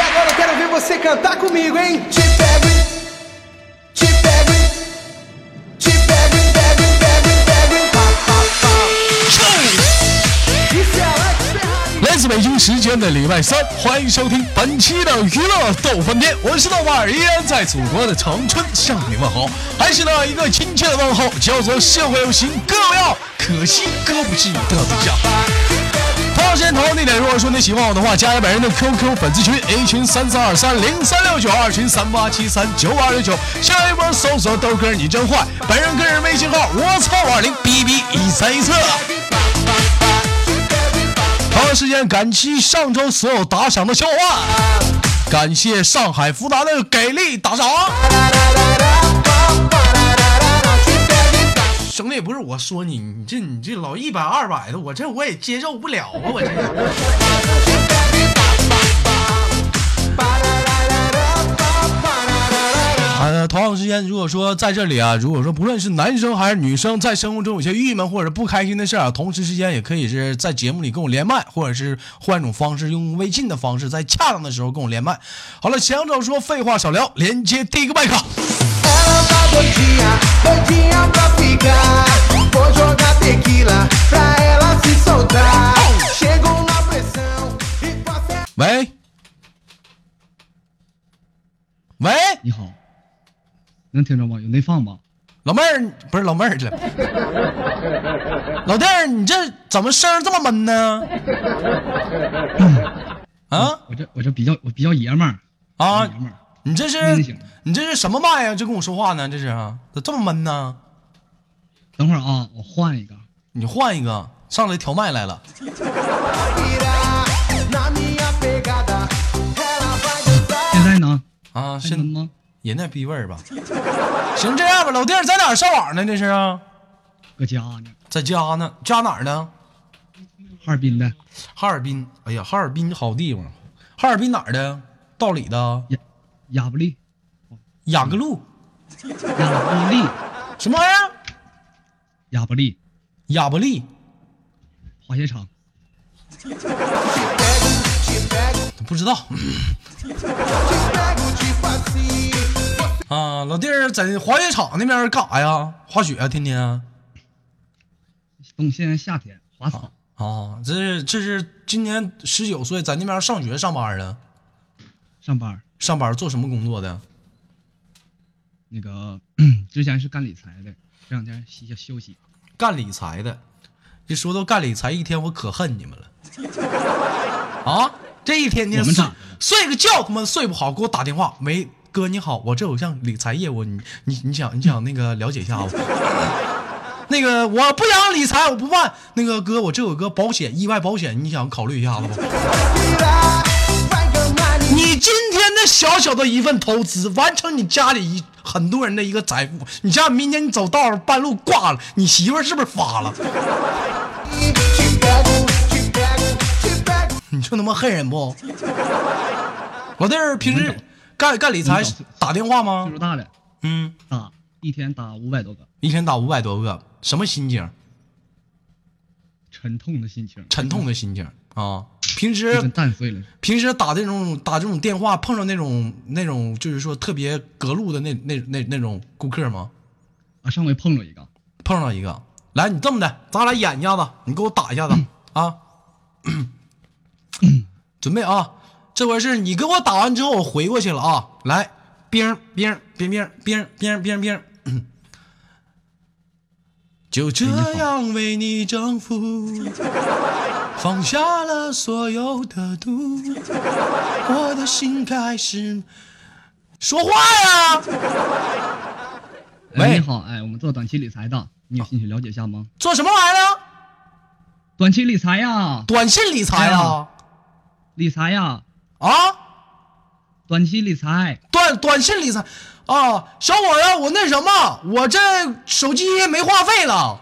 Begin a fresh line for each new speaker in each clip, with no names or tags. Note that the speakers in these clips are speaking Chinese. Agora eu quero ver você cantar comigo, hein? Te pego, te pego, te pego, pego, pego, pego, pá, pá, pá. Isso é Alex Ferrari.
来自北京时间的礼拜三，欢迎收听本期的娱乐逗翻天，我是豆瓣儿，依然在祖国的长春向你问好，还是那一个亲切的问候，叫做社会有情哥有样，可惜哥不是你的对象。同样时间同样地点，如果说你喜欢我的话，加一本人的 QQ 粉丝群，A 群三三二三零三六九，二群三八七三九二六九，下一波搜索豆哥你真坏，本人个人微信号我操五二零 bb 一三一四。同样时间，感谢上周所有打赏的小伙伴，感谢上海福达的给力打赏。兄弟，不是我说你，你这你这老一百二百的，我这我也接受不了啊！我这个。啊，同样时间，如果说在这里啊，如果说不论是男生还是女生，在啊生活中有些郁闷或者不开心的事儿啊，同时之间也可以是在节目里跟我连麦，或者是呃换一种方式，用微信的方式，在恰当的时候跟我连麦。好了，想早说，废话少聊，连接第一个麦克。
Ela tá doidinha, doidinha pra ficar. Vou jogar tequila pra ela se soltar. Chegou na pressão e passa.
喂，喂，
你好，能听着吗？有内放吗？
老妹儿，不是老妹儿了，老弟儿，你这怎么声儿这么闷呢？嗯啊
我这我这比较我比较爷们儿，
啊
比较爷们儿，
你这
闷
是
醒了
你这是什么麦呀、这跟我说话呢？这是啊咋这么闷呢？
等会儿啊，我换一个。
你换一个，上来调麦来了。
virar na minha pegada. Ela vai gostar.
现在呢？
啊，
还能
现
吗？
也那逼味儿吧。 行，这样吧，老弟儿在哪儿上网呢？这是啊，
搁家呢，
在家呢，家哪儿呢？
哈尔滨的
哈尔滨。哎呀，哈尔滨好地方。哈尔滨哪儿的？道里的
亚亚布力，
雅各路，
亚布力，
什么玩意儿？
亚布力
亚布力。
滑雪场。
不知道。啊，老弟儿在滑雪场那边干啥呀？滑雪啊，天天啊。
冬现在夏天滑草，
啊这是这是今年十九岁，在那边上学上班的，
上班儿
上班做什么工作的？
那个 之前是干理财的，这两天休休息。
干理财的。一说到干理财，一天我可恨你们了。 啊，这一天天
我们
睡
咋的了
睡个觉，他妈睡不好，给我打电话，喂，哥你好，我这有项理财业务，你你你想你想那个了解一下我。 那个我不想理财，我不办。那个哥，我这有个保险，意外保险，你想考虑一下子不？
Virar, vai ganhar ninguém.
你今天的小小的一份投资，完成你家里一很多人的一个财富。你像明天你走道儿半路挂了，你媳妇儿是不是发了？
Te pego, te pego, te pego.
你就他妈恨人不？老弟儿平时干干理财
你找
打电话
岁
吗
数？大了，
嗯，
打一天打五百多个，
一天打五百多个，什么心情？
沉痛的心情，
沉痛的心情啊！平
就跟
时
蛋碎了似的。
平时打这种打这种电话，碰上那种那种就是说特别隔路的那那那那种顾客吗？
啊，上回碰着一个，
碰上一个，来，你这么的，咱俩演一下子，你给我打一下子、啊！准备啊，这回是你给我打完之后，我回过去了啊！来，冰冰冰冰冰冰冰冰，嗯就这样为你征服，放下了所有的毒，我的心开始说话呀！
哎，
喂
你好，哎，我们做短期理财的，你有兴趣了解一下吗？
做什么玩意儿啊？
短期理财呀，
短信理财啊？
理财呀，
啊？
短期理财，
短短信理财啊，小伙儿啊，我那什么，我这手机没话费了。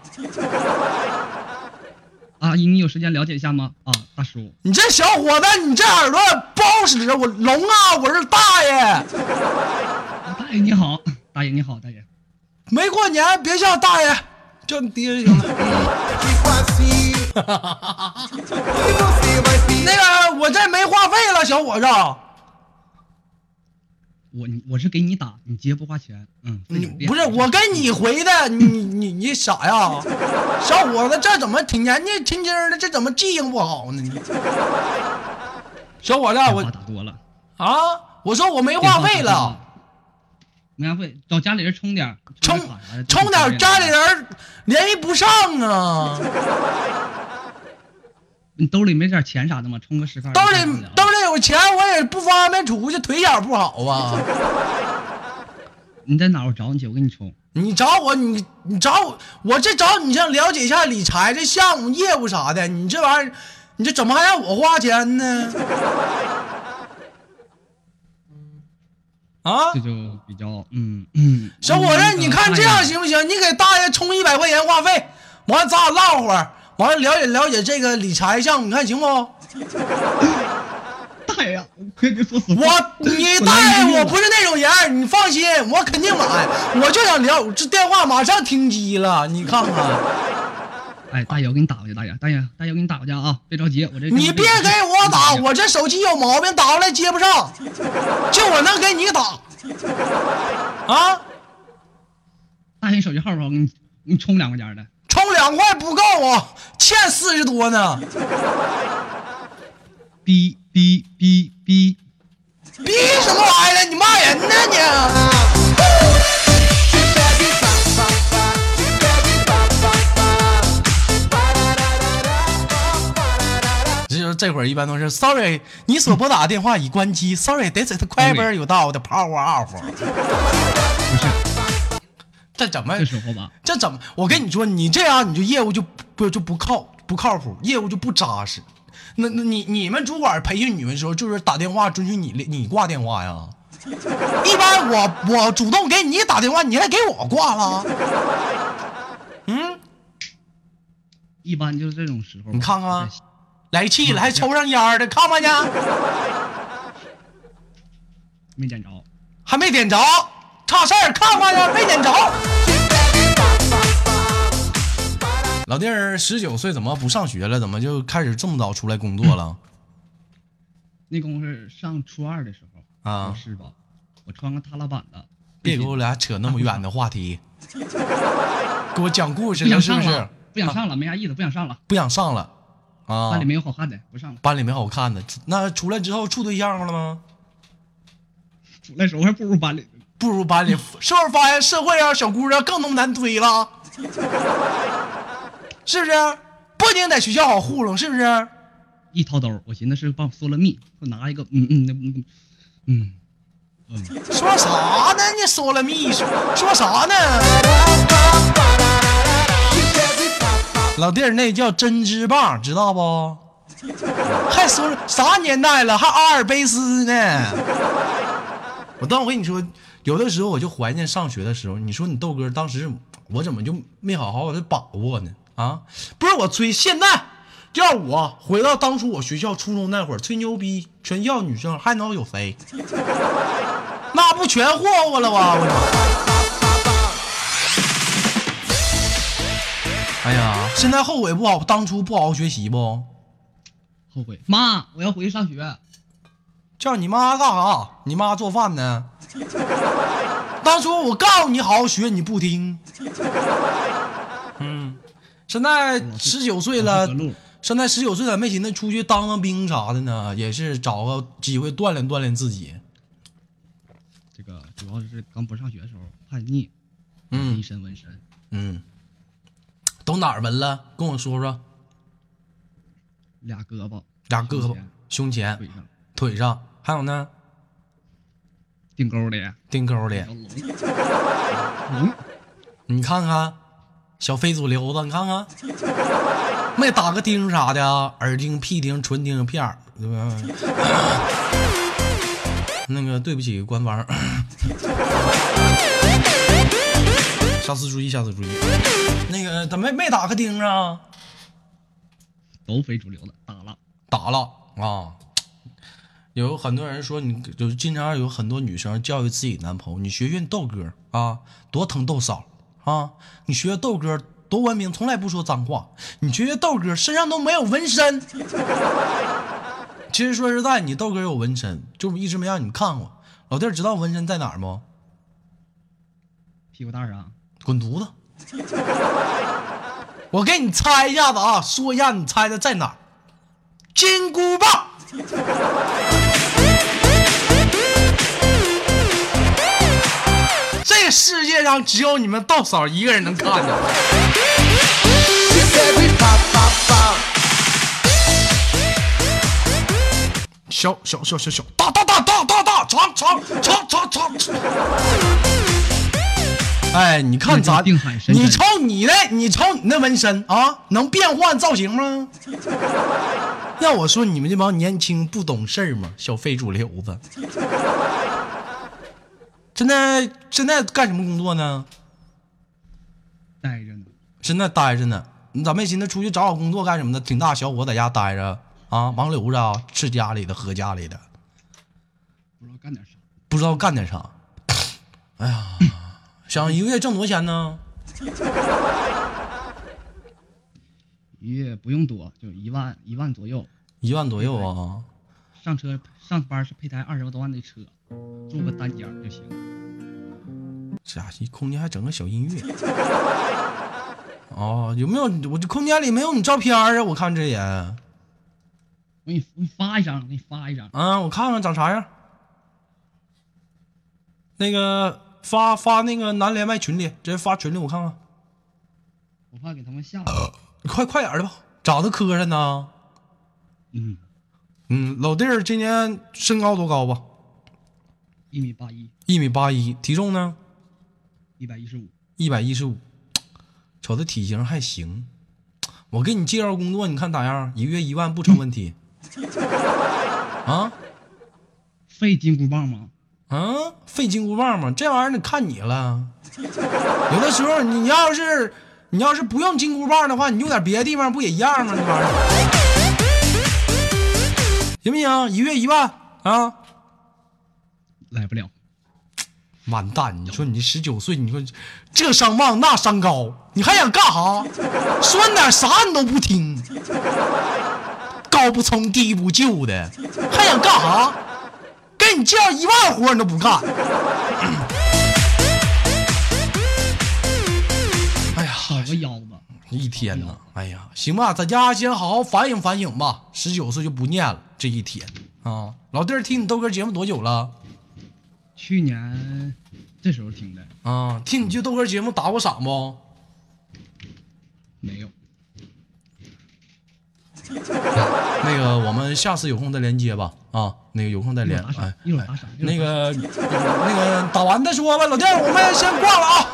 阿姨，啊你有时间了解一下吗？啊，大叔，
你这小伙子，你这耳朵不好使啊！我聋啊，我是大爷。
啊大爷你好，大爷你好，大爷，
没过年别叫大爷，叫你爹就行了。
Tipo assim. E você vai se.
那个，我这没话费了，小伙子。
我你我是给你打，你接不花钱，嗯，自
你
己练
不是我跟你回的，你你你傻呀？小伙子，这怎么挺年纪轻轻的，这怎么记性不好呢？你小伙子，
电话
我
打多了，
啊，我说我没话费了，
电话打多了，没话费，找家里人充点儿，
充
点儿卡啥的都
充
无所
点
谓了
家里人儿联系不上啊，
你兜里没点钱啥的吗？充个十块。
兜里兜里有钱我也不方便出去，腿脚不好啊。
你在哪儿？我找你去，我给你充。
你找我，你你找我，我这找你想了解一下理财这项目业务啥的，你这玩意儿，你这怎么还让我花钱呢？啊
这，就比较嗯嗯。
小伙
那
子，
个
你看这样行不行？你给大爷充一百块钱话费，完了咱俩唠会儿，完了了解了解这个理财项目，你看行不？我
大爷呀，我快点说实话。
你大爷，我不
是
是那种人，你放心，我肯定买，我就想聊，这电话马上停机了，你看看。
哎，大爷，我给你打过去，大爷，大爷，大爷，我给你打过去啊！别着急，我这
你别给我打，我这手机有毛病，打过来接不上，就我能给你打。啊，
大爷你手机号吧，我给你你充两块钱的。
充两块不够啊，欠四十多呢。
哔哔哔哔，
逼什么玩意儿？你骂人呢你？啊这就是这会儿一般都是 sorry，你所拨打的电话已关机，sorry，得 s 快 t 有道的 power off。
不是
这怎么
这时候吧，
这怎么？我跟你说，你这样你就业务就不就不靠不靠谱，业务就不扎实。那那你你们主管培训你们的时候，就是打电话准许你你挂电话呀？ 一般我我主动给你打电话，你还给我挂了？嗯，
一般就是这种时候。
你看看，来气了还抽上烟儿的，看吧呢，
没捡着。
还没点着，差事儿，看吧呢，没点着。老弟儿十九岁怎么不上学了？怎么就开始这么早出来工作了？
那功夫是上初二的时候
啊
不是吧？我穿个踏拉板的，
别给我俩扯那么远的话 题，给我讲故事
不
了
想
是
上
不是
了？，不想上了，没啥意思，不想上了。
不想上了啊？
班里没有好看的，不上了。
班里没好看的，那出来之后处对象了吗？
出来时候还不如班里。
不如班里，是不是发现社会上啊小姑娘更他妈难追了？ 是不是？不仅在学校好糊弄，是不是？
一掏兜，我寻思是帮我缩了密，我拿一个，嗯嗯嗯嗯嗯嗯，
说啥呢？你说了密说说啥呢？老弟儿，那叫针织棒，知道不？还说啥年代了，还阿尔卑斯呢？我当我跟你说，有的时候我就怀念上学的时候。你说你豆哥当时我怎么就没好好的把握呢？啊，不是我吹，现在要我回到当初我学校初中那会儿吹牛逼，全校女生还能有谁？那不全霍霍了吗？我操！哎呀，现在后悔不好，当初不好好学习不？
后悔。妈，我要回去上学。
叫你妈干啥？你妈做饭呢？当初我告诉你好好学，你不听。嗯，现在十九岁
我
了
是，路，
现在十九岁咋没寻思出去当当兵啥的呢？也是找个机会锻炼锻炼自己。
这个主要是刚不上学的时候叛逆，
嗯
一身纹身，
嗯，都哪儿纹了？跟我说说。
俩胳膊，
俩胳膊、胸前
腿、上
腿上，还有呢，
腚沟里，
腚沟里
小。龙，龙，
你看看，小非主流子，你看 看，没打个钉啥的啊，耳钉、屁钉、唇钉、片儿，对吧？ 那个对不起，官方， 下次注意，下次注意。那个咋没没打个钉啊？
都非主流的，打了。
打了啊。有很多人说你，就是经常有很多女生教育自己男朋友，你学学豆哥啊，多疼豆嫂啊，你学学豆哥多文明，从来不说脏话，你学学豆哥身上都没有纹身。 其实说实在，你豆哥有纹身，就一直没让你看过。老弟儿知道纹身在哪儿吗？
屁股蛋儿啊，
滚犊子！ 我给你猜一下子啊，说一下你猜的在哪儿？金箍棒。这个世界上只有你们道嫂一个人能看见。
Se bebe pá, pá, pá.
小小小小小，大大大大大大，长长长长长。哎，你看
那
咱
叫定海，神针
你瞅你那，你瞅你那纹身啊，能变换造型吗？ 要我说，你们这帮年轻不懂事儿吗？小非主流子。 现在现在干什么工作呢？
呆着呢。
现在待着呢。你咋没寻思出去找找工作干什么的？挺大小伙在家待着啊，忙流着啊，吃家里的，喝家里的。
不知道干点啥。
不知道干点啥。哎呀，想一个月挣多少钱呢？
一月不用多，就一万一万左右。
一万左右啊。
上车上班是配台二十多万的车，做个单间儿就行。
这家伙空间还整个小音乐。哦，有没有？我这空间里没有你照片啊？我看这也啊，
我给你我给你发一张，我给你发一张。
我看看长啥样。那个发发那个男连麦群里，直接发群里我看看。
我怕给他们吓着。
你快快点儿的吧，长得磕碜呢。
嗯，
嗯，老弟儿今年身高多高吧？
一米八一，
一米八一，体重呢？
一百一十五。
一百一十五，瞅这体型还行。我给你介绍工作，你看咋样？一个月一万不成问题。啊
费金箍棒吗？
啊，费金箍棒吗？这玩意儿得看你了。有的时候你要是你要是不用金箍棒的话，你用点别的地方不也一样吗？这玩意儿行不行？一月一万啊！
来不了。
完蛋！你说你这十九岁，你说这伤望那伤高，你还想干 哈？说你点啥你都不听，高不冲低不就的，还想干哈？给你介绍一万活你都不干。 哎呀，
找个腰子，
一天呐，哎呀，行吧，在家先好好反省反省吧。十九岁就不念了，这一天啊，老弟儿听你豆哥节目多久了？
去年这时候听的
啊，听你就豆哥节目打过赏不？
没有？
那个，我们下次有空再连接吧。啊，那个有空再
一会
连
儿打。赏
哎，，
一会儿打赏。一会
那
儿打赏
个，那个打完再说吧，老弟儿，我们先挂了啊。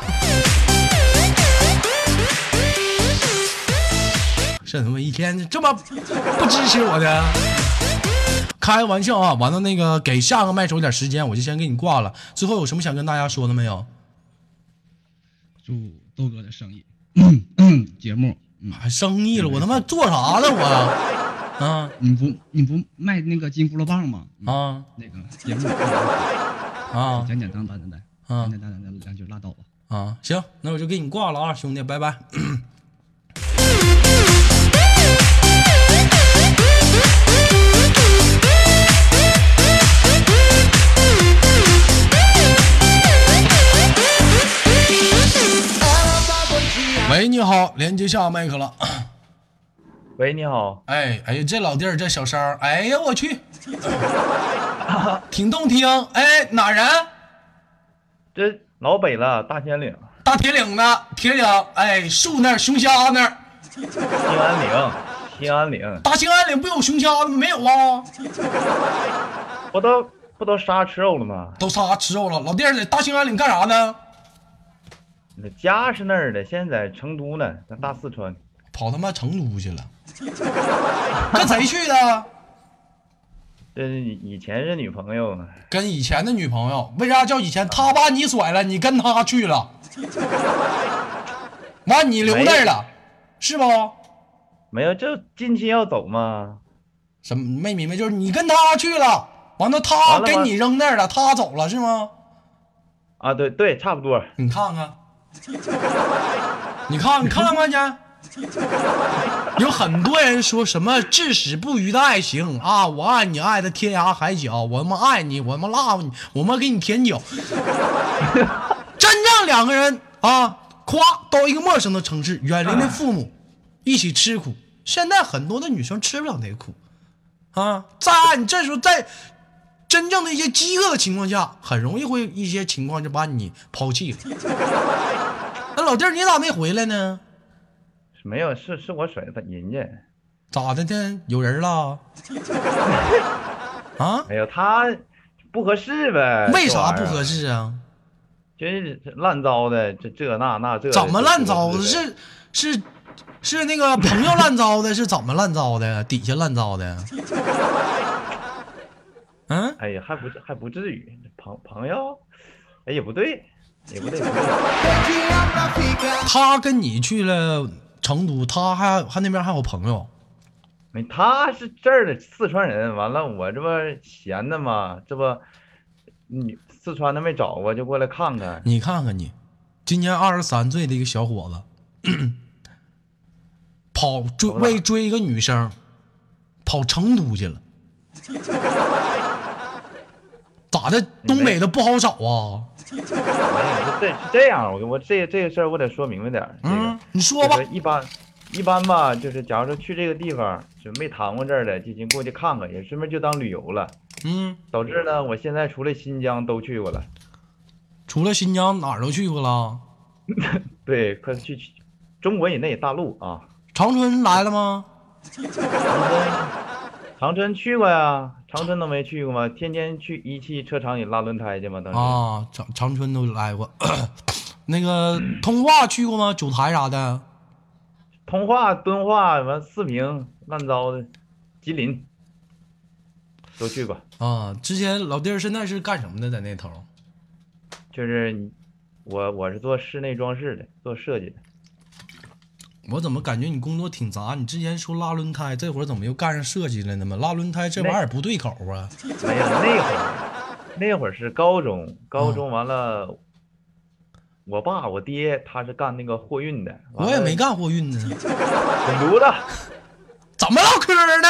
这他妈一天这么不支持我的？开个玩笑啊！完了，那个给下个麦手点时间，我就先给你挂了。最后有什么想跟大家说的没有？
祝豆哥的生意嗯节目，嗯，
还生意了，我他妈做啥了我？啊
你不你不卖那个金箍了棒吗？嗯
啊
那个节目
啊
简简单单的，
啊
简！简单单的两句拉倒吧。
啊，行，那我就给你挂了啊，兄弟，拜拜。
Ela dá bom dia.
喂，你好，连接下麦克了。
喂，你好，
哎，哎呀，这老弟儿，这小声儿，哎呀，我去，挺动听。哎，哪人？
这老北了，大兴安岭，
大铁岭的，铁岭。哎，树那儿，熊瞎那儿。
兴安岭，兴安岭，
大兴安岭不有熊瞎子吗没有啊？
不都不都杀吃肉了吗？
都仨吃肉了。老弟儿在大兴安岭干啥呢？
那家是那儿的，现在在成都呢，咱大四川，
跑他妈成都去 了。跟谁去的？
这以前是女朋友，
跟以前的女朋友。为啥叫以前？他把你甩了，你跟他去了，完你留那儿了，是不？
没有，这近期要走吗？
什么没明白？就是你跟他去了，完了他
完了
给
吗
你扔那儿了，他走了是吗？
啊，对对，差不多，
你看看，你看你看看去，有很多人说什么至死不渝的爱情啊，我爱你爱的天涯海角，我们爱你，我们 love 你，我们给你舔脚。 真正两个人啊，夸到一个陌生的城市，远离了父母，一起吃苦。现在很多的女生吃不了那个苦啊，再爱你这时候在真正的一些饥饿的情况下，很容易会一些情况就把你抛弃了。 那老弟儿，你咋没回来呢？
没有，是是我甩的人家。
咋的呢？有人了？ 啊？
哎呦，他不合适呗。
为啥不
适？
合适啊？
真是烂糟的，这这那那这的。
怎么烂糟
这
的？
这
是是是那个朋友烂糟的？是怎么烂糟的？底下烂糟的？ 嗯，
哎呀，还不还不至于，朋朋友，哎也不对，也不对，
Doidinha pra ficar,
他跟你去了成都，他还还那边还有朋友，
没他是这儿的四川人，完了我这不闲的嘛，这不你四川的没找过，就过来看看。
你看看你，今年二十三岁的一个小伙子， 跑追
好吧
为追一个女生，跑成都 去了，咋的？东北的不好找啊？
哎这是这样，我我这这个事儿我得说明白点儿，这个。
嗯，你说吧
就是。一般一般吧，就是假如说去这个地方就没谈过这儿的，就先过去看看，也顺便就当旅游了。
嗯，
导致呢，我现在除了新疆都去过了，
除了新疆哪儿都去过了。
对，快去去中国以内大陆啊，
长春来了吗？
长春去过呀，长春都没去过吗？天天去一汽车厂里拉轮胎去吗？当时、
啊，长长春都来过。 那个通化去过吗？九台啥的？
通化、敦化、完四平、烂糟的，吉林都去过。
啊，之前老弟儿现在是干什么的？在那头儿
就是你我我是做室内装饰的，做设计的。
我怎么感觉你工作挺杂？你之前说拉轮胎，这会儿怎么又干上设计了呢嘛？拉轮胎这玩意儿不对口啊！
没有，哎那会儿，那会儿是高中，高
嗯
中完了，我爸我爹他是干那个货运的，
我也没干货运呢，
完了滚犊 子，
怎么唠嗑儿呢？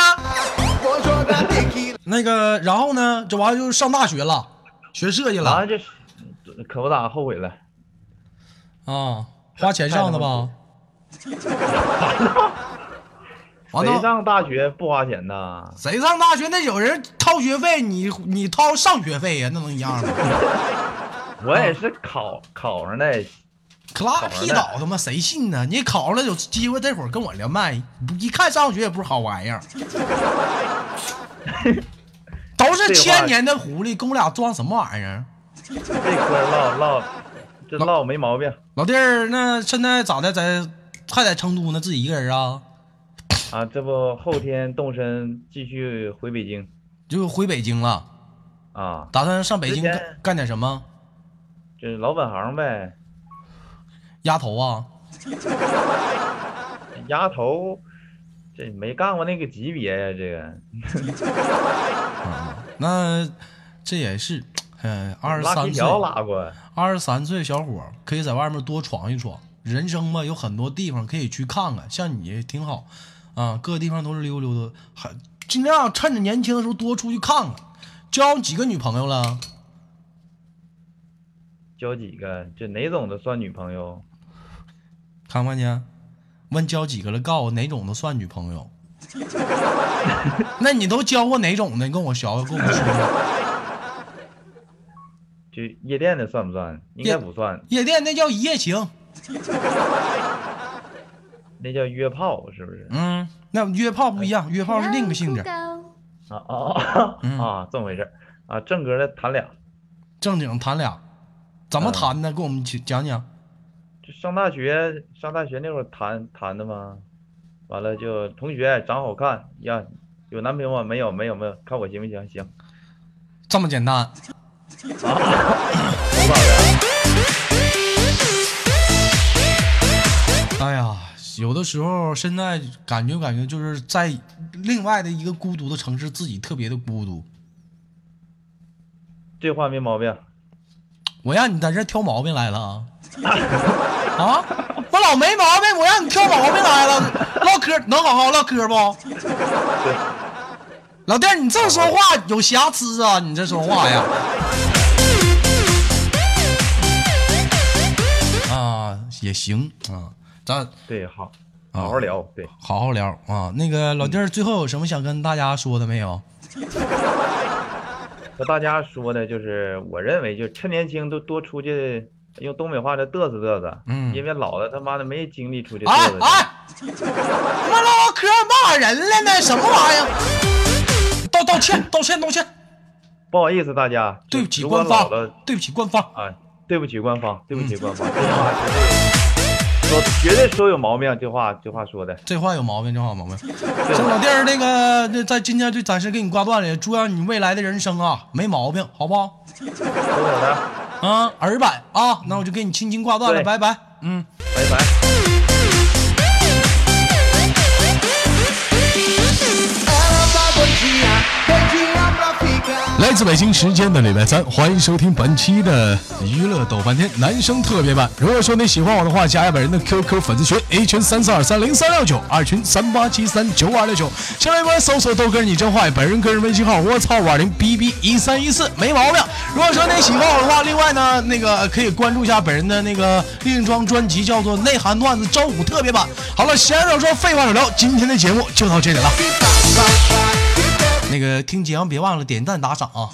vou jogar tequila,
那个，然后呢，这玩意儿就上大学了，学设计
完
了
了这是可不咋后悔了，
啊，花钱上的 吧？完
谁
了。
上大学不花钱呐？
谁上大学那有人掏学费，你你掏上学费呀，那能一样吗？
我也是考考上的，
可拉屁倒他妈，谁信呢？你考上了有机会，这会儿跟我连麦，一看上学也不是好玩意 儿，都是千年的狐狸，跟我俩装什么玩意儿？
这嗑唠唠，这
老
唠没毛病
老弟儿，那现在咋的，在还在成都呢，自己一个人啊？
啊！这不后天动身继续回北京
就回北京了，
啊，
打算上北京
之前
干干点什么？
这老本行呗，
丫头啊，
丫头，这没干过那个级别呀，这个。
那这也是，嗯，二十
拉
三
皮
岁，
条拉过，
二十三岁小伙儿可以在外面多闯一闯，人生嘛有很多地方可以去看看，像你挺好，啊，各个地方都是溜溜达，还尽量趁着年轻的时候多出去看看。交几个女朋友了？
交几个？这哪种的算女朋友？
看不看见？问交几个了？告诉我哪种都算女朋友。 那你都交过哪种的？你跟我学学，跟我说说。
就夜店的算不算？应该不算，
夜店那叫一夜情，
那叫约炮是不是？
嗯，那约炮不一样，约炮是另一个性质。
啊啊
嗯
啊啊！这么回事儿啊？正格的谈俩，
正经谈俩，怎么谈的？给我们讲讲讲。
就上大学上大学那会儿谈谈的嘛，完了就同学长好看呀，有男朋友吗？没有没有没有，看我行不行？行，
这么简单。哎呀，有的时候现在感觉感觉就是在另外的一个孤独的城市，自己特别的孤独。
这话没毛病。
我让你在这挑毛病来了啊！啊，我老没毛病，我让你挑毛病来了，唠嗑能好好唠嗑不？老弟儿，你这说话有瑕疵啊！你这说话呀？啊，也行啊，咱
对，好，
啊
好好聊，对，
好好聊啊。那个老弟儿，最后有什么想跟大家说的没有？
和大家说的就是，我认为就趁年轻都多出去，用东北话叫嘚瑟嘚瑟，
嗯
因为老了他妈的没精力出去
哎
嘚瑟去。
哎，他妈唠唠嗑骂人了呢，什么玩意儿？道道 歉，道歉，道歉，
不好意思，大家，
对不起
如果
官方嗯
老了，
对不起官方。
啊，对不起官方，对不起官方，这句话绝对说绝对说有毛病，这话这话说的，
这话有毛病，这话有 毛病。行，老弟儿，那个那在今天就暂时给你挂断了，祝愿你未来的人生啊没毛病，好不好？
都是我的，
啊，耳板啊，那我就给你轻轻挂断了，
对
拜拜。嗯。
拜拜。
Ela tá doidinha, doidinha pra ficar.
来自北京时间的礼拜三，欢迎收听本期的娱乐逗翻天男生特别版。如果说你喜欢我的话，加一下本人的 QQ 粉丝群，A 群三四二三零三六九，二群三八七三九二六九。新浪微博搜索豆哥你真坏，本人个人微信号我操五二零 bb 一三一四，没毛病。如果说你喜欢我的话，另外呢，那个可以关注一下本人的那个另一张专辑，叫做《内涵段子周五特别版》。好了，闲少说，废话少聊，今天的节目就到这里了。那个听节目别忘了点赞打赏啊！